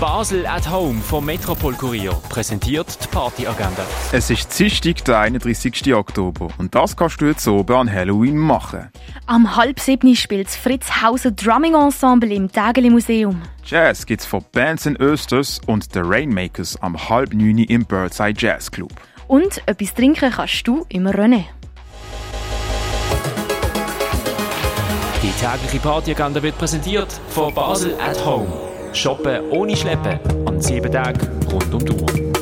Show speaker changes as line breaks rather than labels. Basel at Home vom Metropol Kurier präsentiert die Partyagenda.
Es ist Dienstag, der 31. Oktober und das kannst du jetzt oben an Halloween machen.
Am halb sieben spielt das Fritzhauser Drumming Ensemble im Tägeli Museum.
Jazz gibt's von Bands in Östers und The Rainmakers am halb neun im Birdseye Jazz Club.
Und etwas trinken kannst du im René.
Die tägliche Partyagenda wird präsentiert von Basel at Home. Shoppen ohne Schleppen an sieben Tagen rund um die Uhr.